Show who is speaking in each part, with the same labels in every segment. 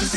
Speaker 1: So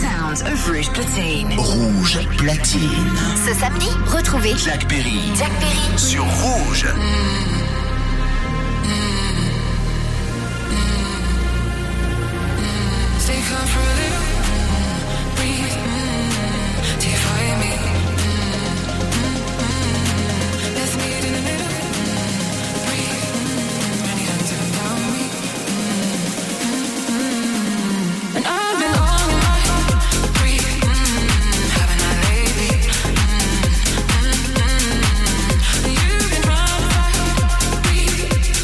Speaker 2: sounds of Rouge Platine.
Speaker 3: Rouge platine.
Speaker 4: Ce samedi, retrouvez
Speaker 3: Jack Perry.
Speaker 4: Jack Perry.
Speaker 3: Sur Rouge.
Speaker 5: Stay comforted. Breathe. mm, Defy me. Let's meet in the middle. mm, Breathe. mm, Many hands around me. mm, And I've been all in my head. Breathe. mm, Haven't I lately? Mm, mm, mm. You've been round my head.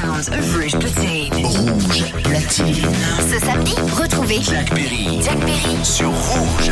Speaker 6: Perry.
Speaker 3: Rouge platine.
Speaker 4: Ce samedi, retrouvez
Speaker 3: Jack Perry
Speaker 4: Jack Perry.
Speaker 3: sur Rouge.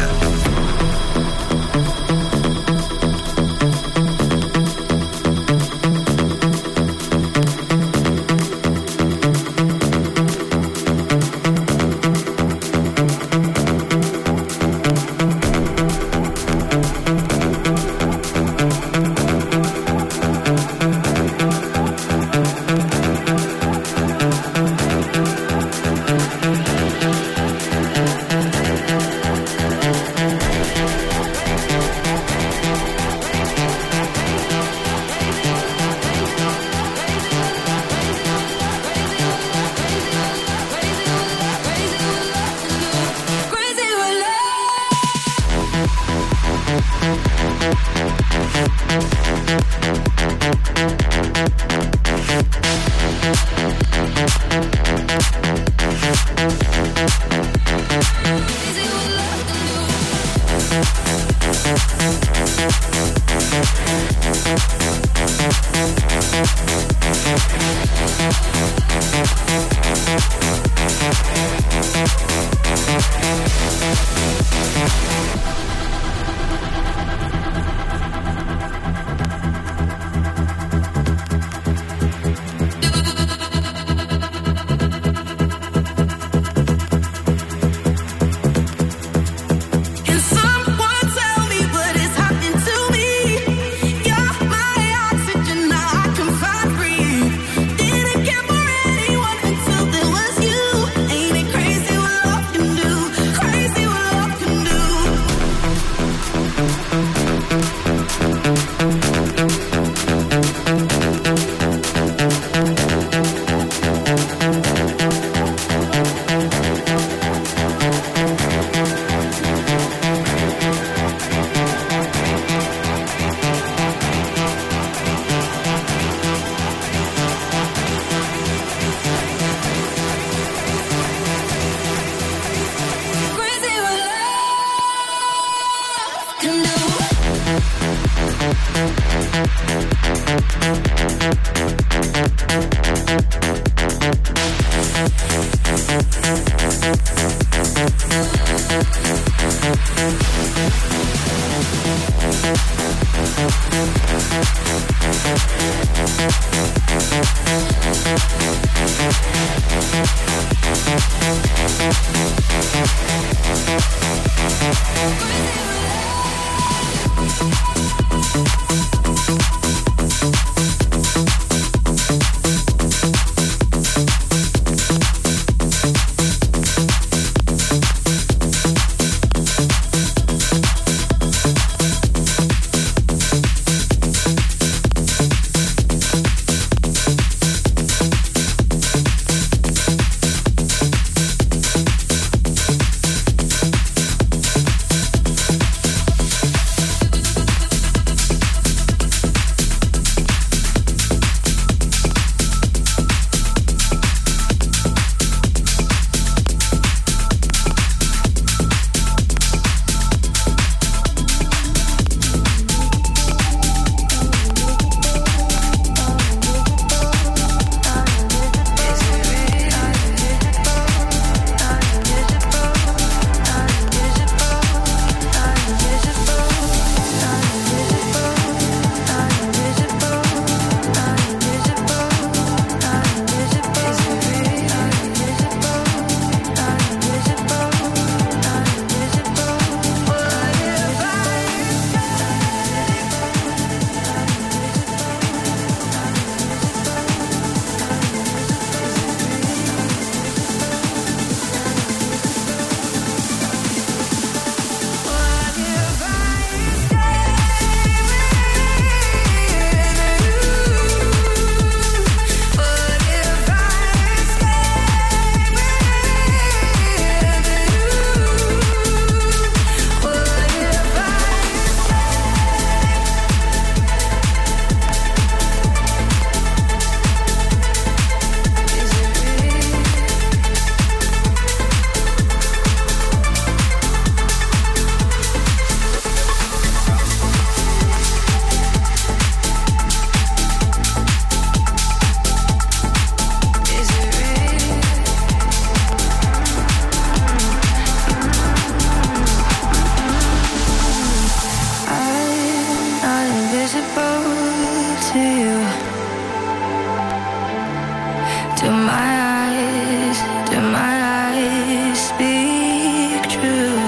Speaker 7: Do my eyes, do my eyes speak true?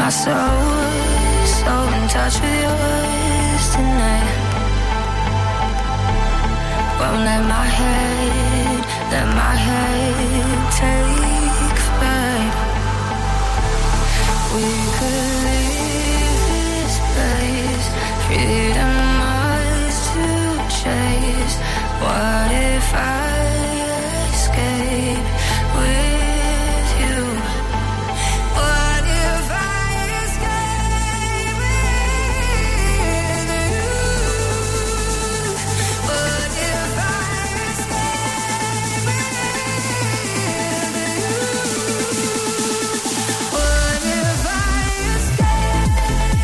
Speaker 7: My soul, so in touch with yours tonight. Won't let my head, let my head take flight. We could leave this place, freedom ours to chase. What if I escape with you? What if I escape with you? What if I escape? What if I escape?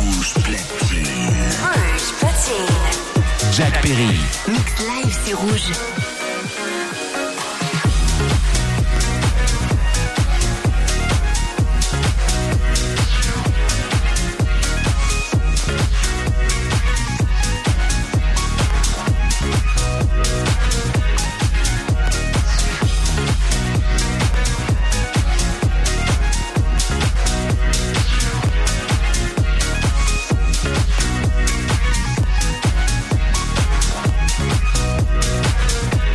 Speaker 8: Rouge platine.
Speaker 4: Rouge platine.
Speaker 8: Jack Perry.
Speaker 9: Mix Live sur Rouge.
Speaker 7: What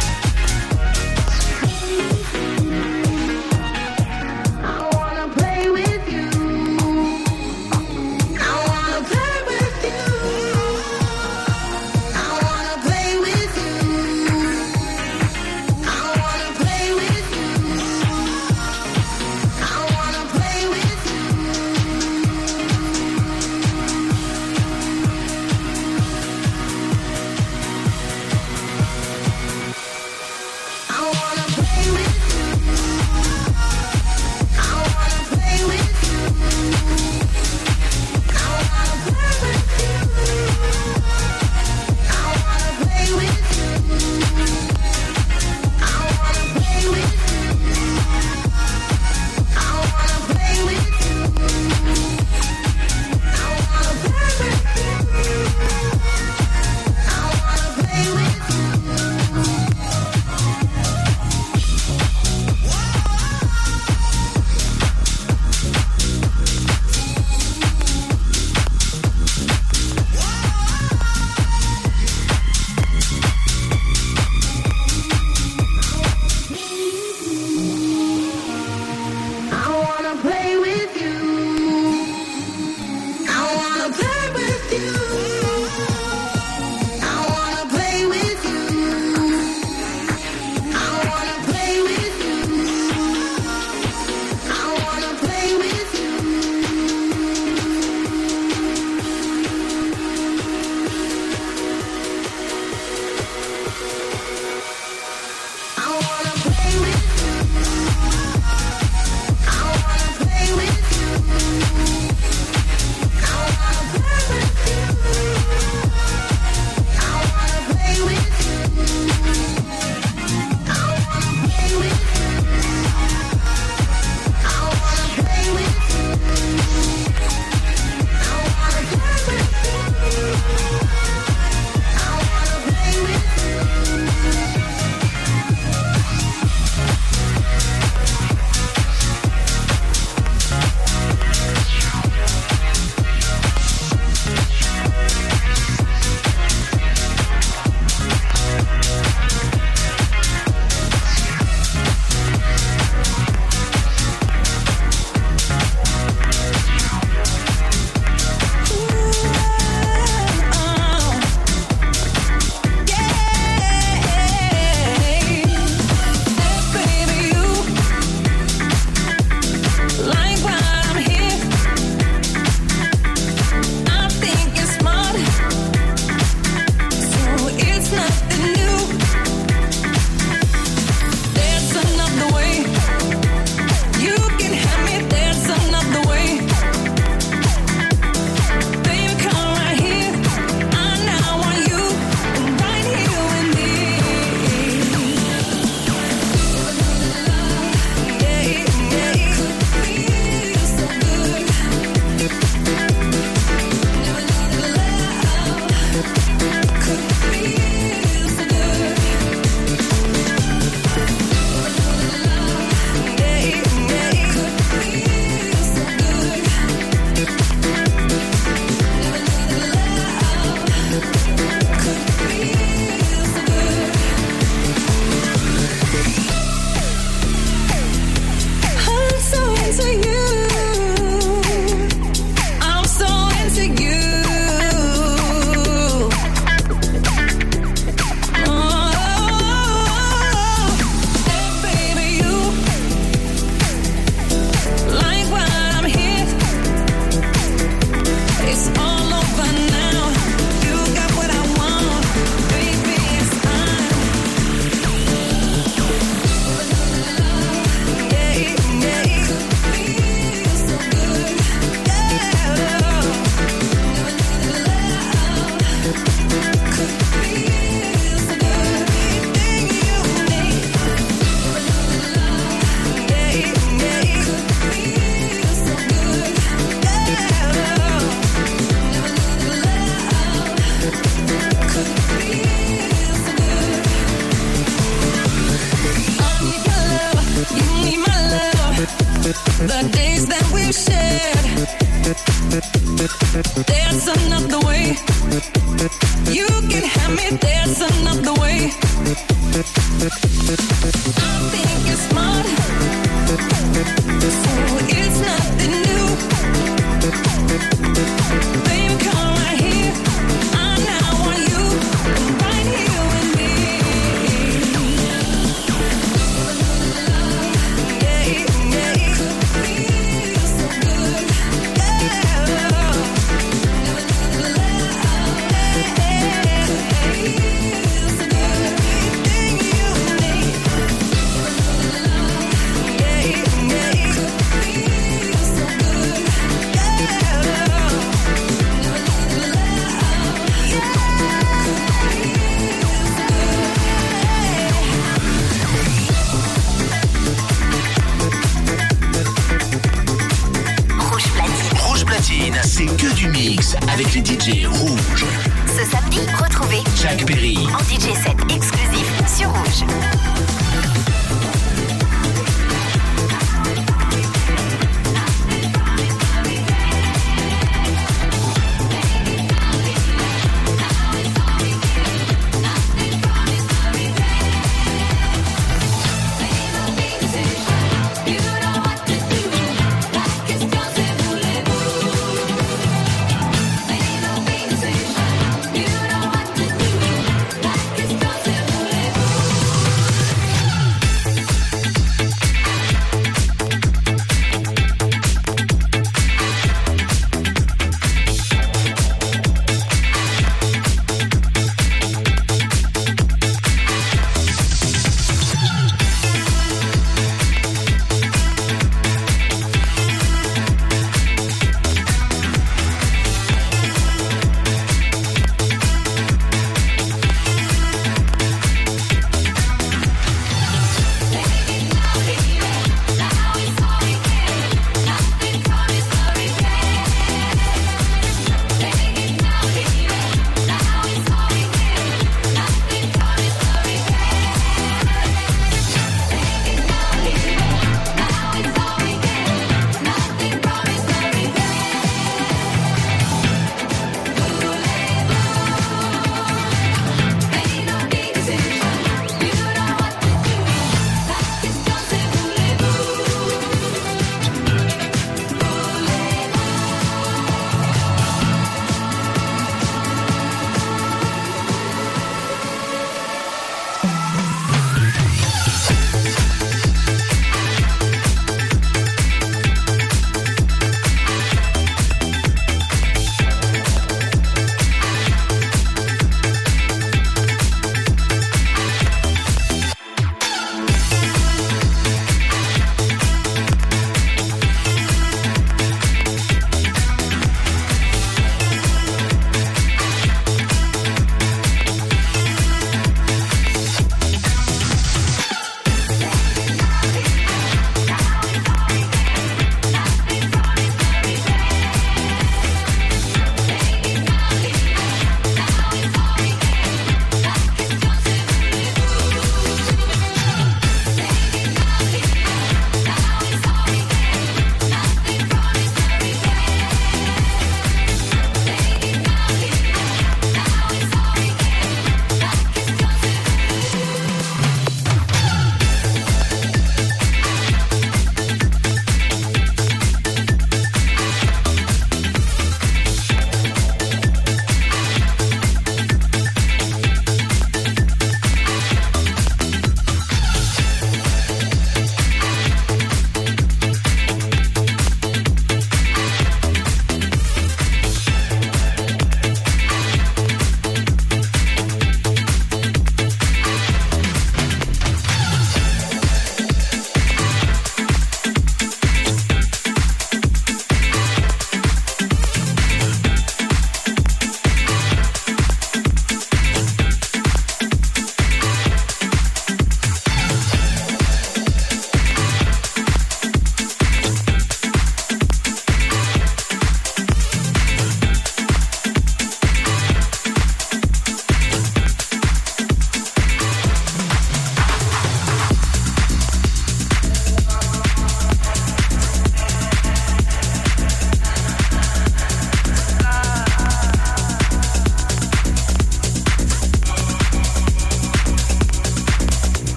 Speaker 7: there's another way. You can have me, there's another way. I think you're smart, so it's nothing new. Baby, come right here. I now want you right here with me. Yeah, yeah. Feels so good, girl.
Speaker 4: Rouge Platine.
Speaker 8: Rouge Platine, c'est que du mix avec les DJ rouges.
Speaker 4: Ce samedi, retrouvez
Speaker 8: Jack Perry,
Speaker 4: en DJ set exclusif sur Rouge.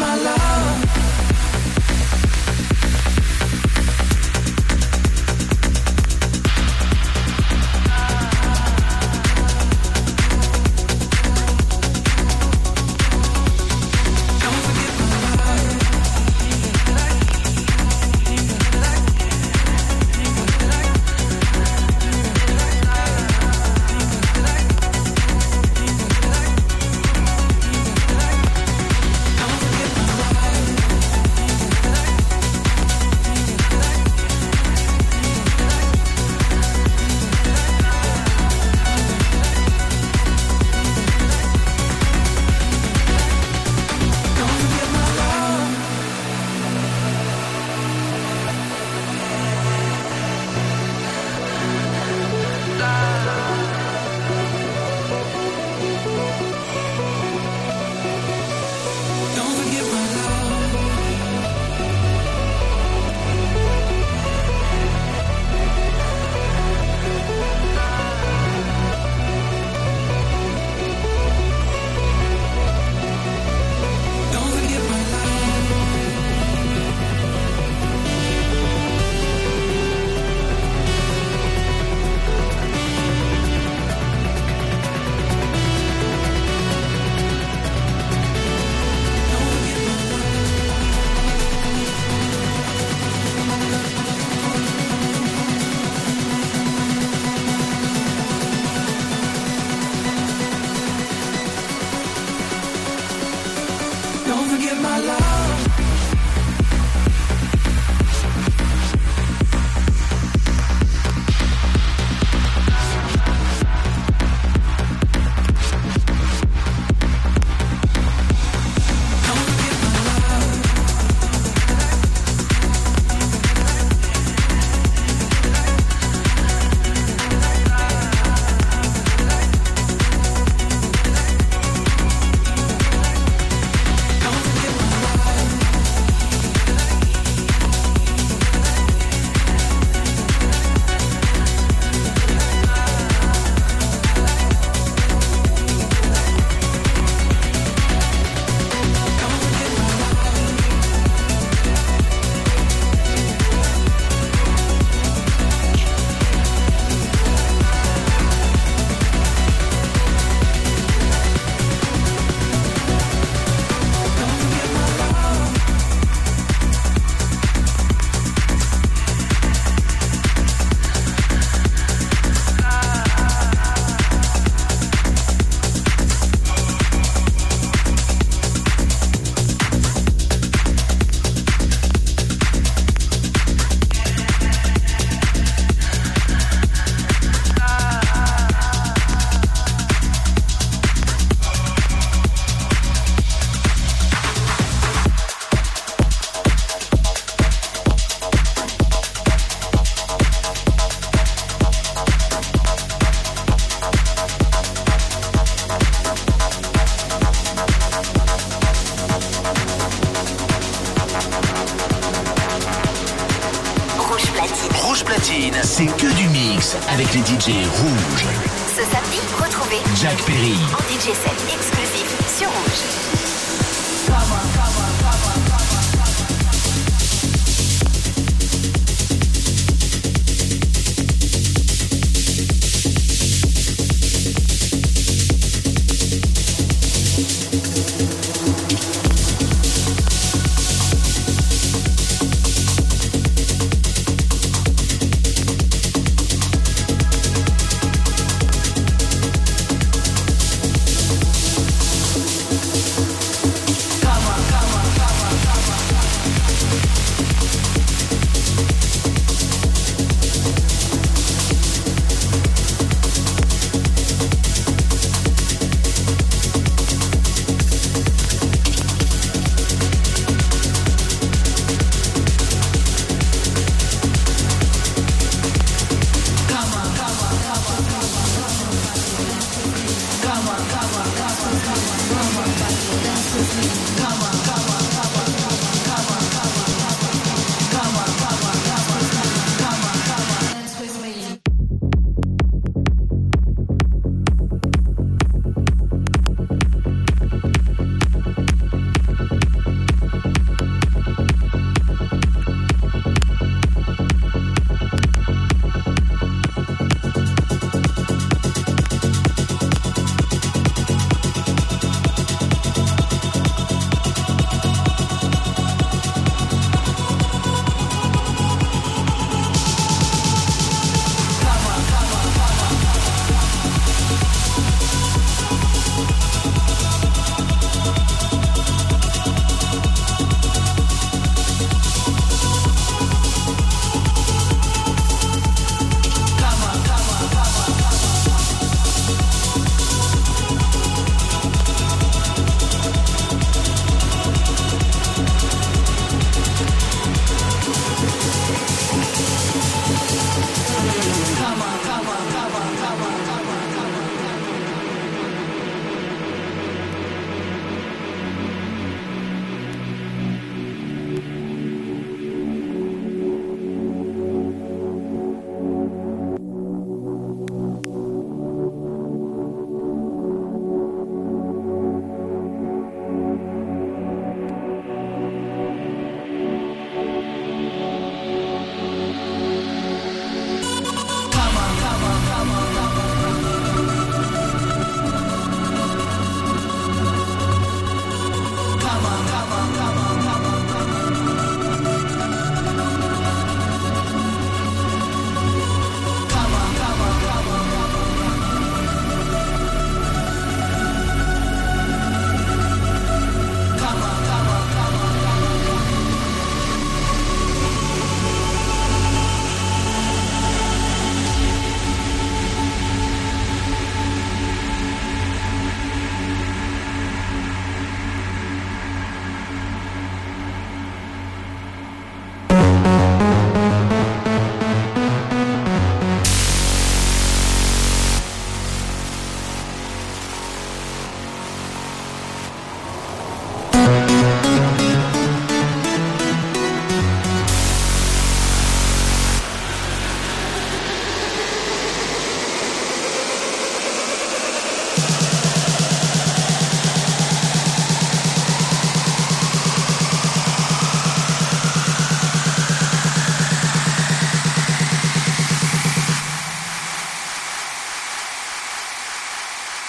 Speaker 10: my love. Don't forget my love. Don't forget my love. Don't forget my love.
Speaker 4: Rouge Platine.
Speaker 8: Rouge Platine, c'est que du mix avec les DJ rouges.
Speaker 4: Ce samedi, retrouvez
Speaker 8: Jack Perry,
Speaker 4: en DJ set exclusif sur Rouge.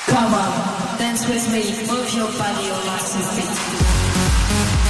Speaker 11: Come on, dance with me, move your body on my feet.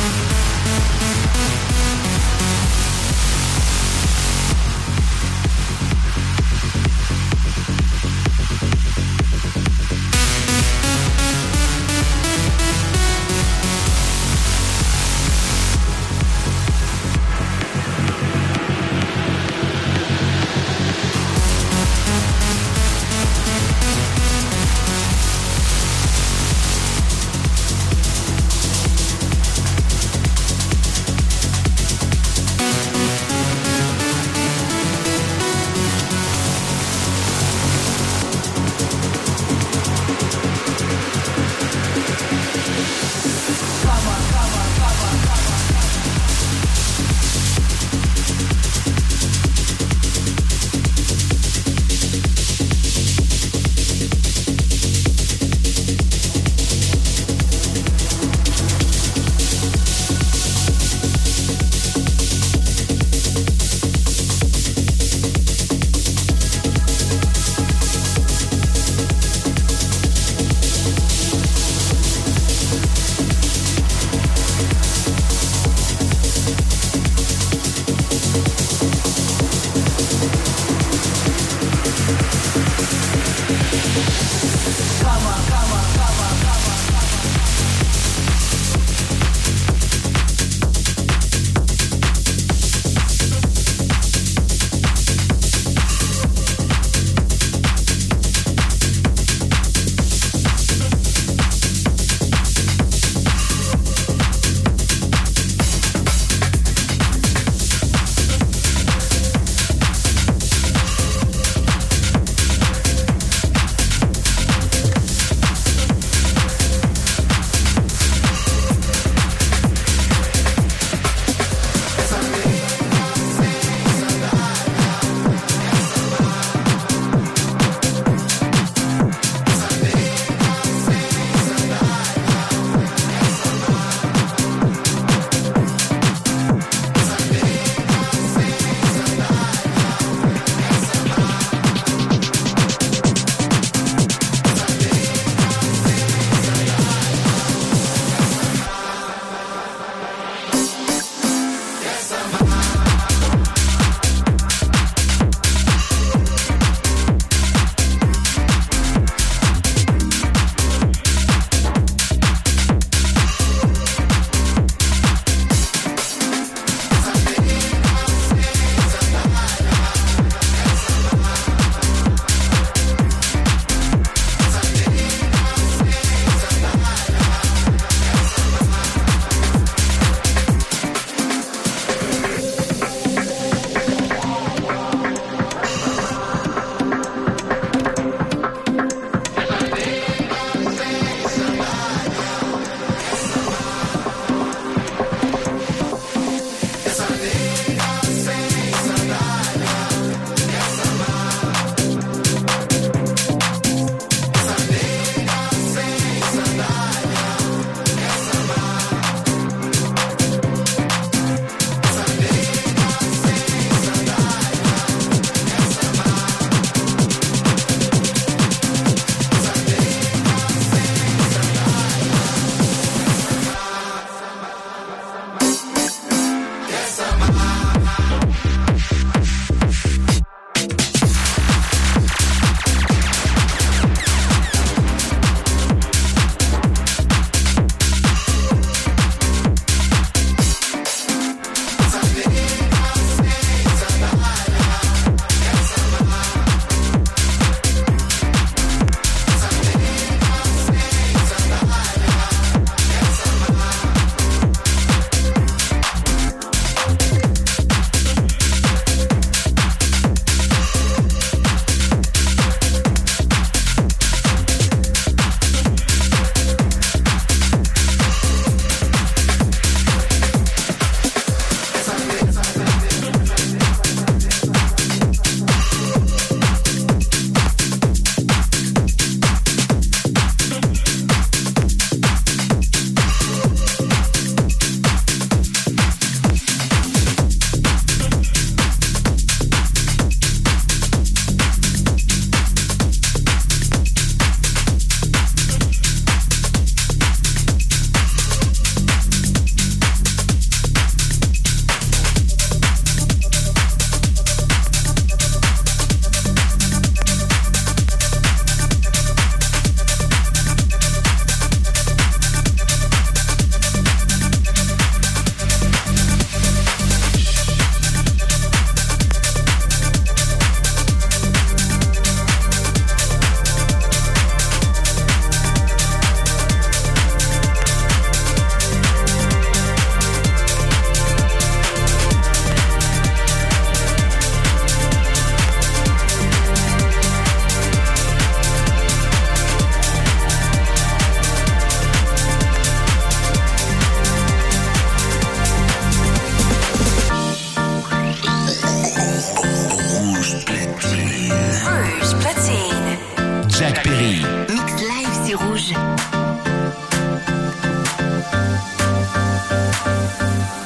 Speaker 4: rouge.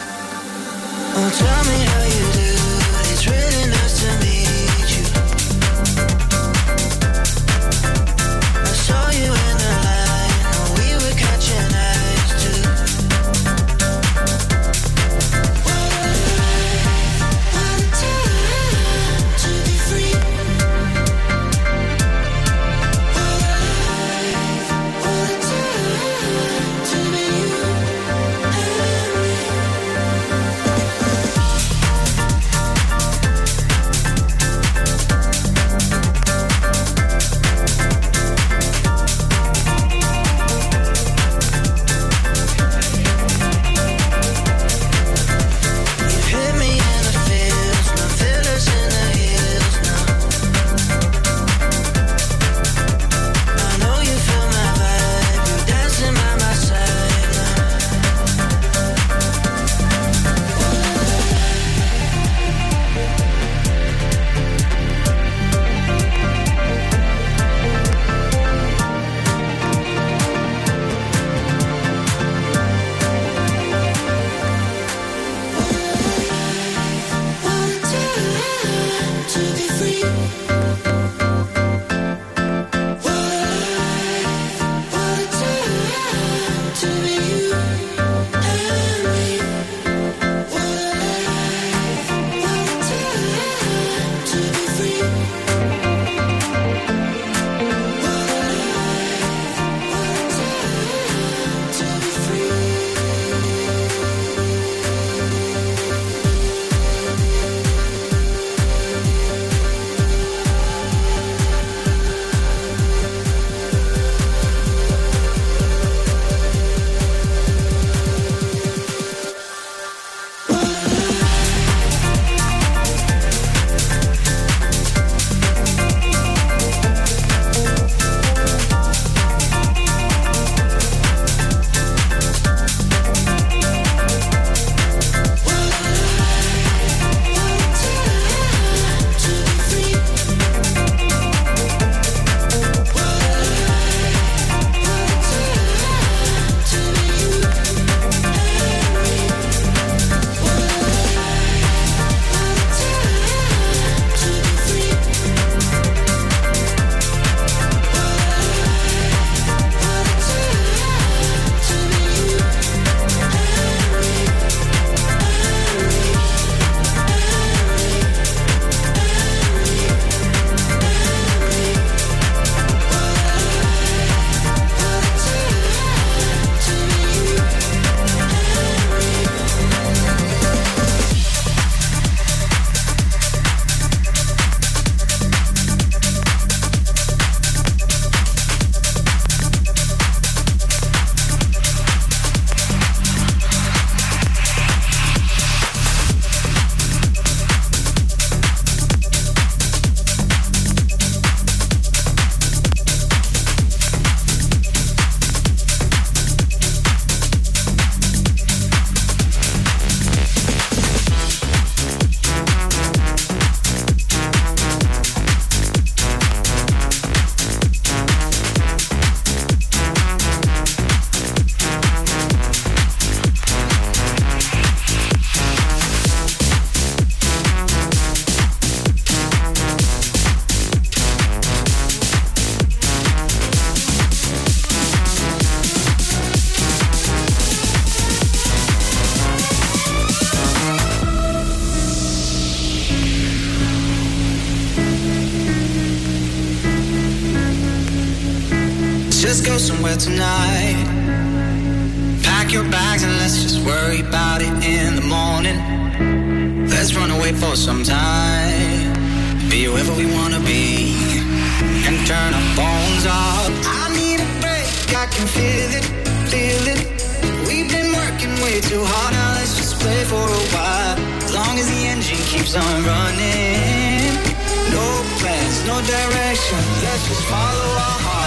Speaker 7: Oh, tell me how you do. It's really nice to meet you. I saw you in the line. and We were catching eyes too. What a time to be free. What a life. What a time to be you and me. Hit me in the fields, my villas in the hills now. I know you feel my vibe, you dancing by my side now. What a time to be free. What a life, what a time to be you and me. What a life, what a time to be free. What a life, what a time to be free.
Speaker 12: Just go somewhere tonight. Pack your bags and let's just worry about it in the morning. Let's run away for some time. Be whoever we wanna be and turn our phones off. I need a break, I can feel it, feel it. We've been working way too hard, now let's just play for a while. As long as the engine keeps on running. No plans, no direction, let's just follow our heart.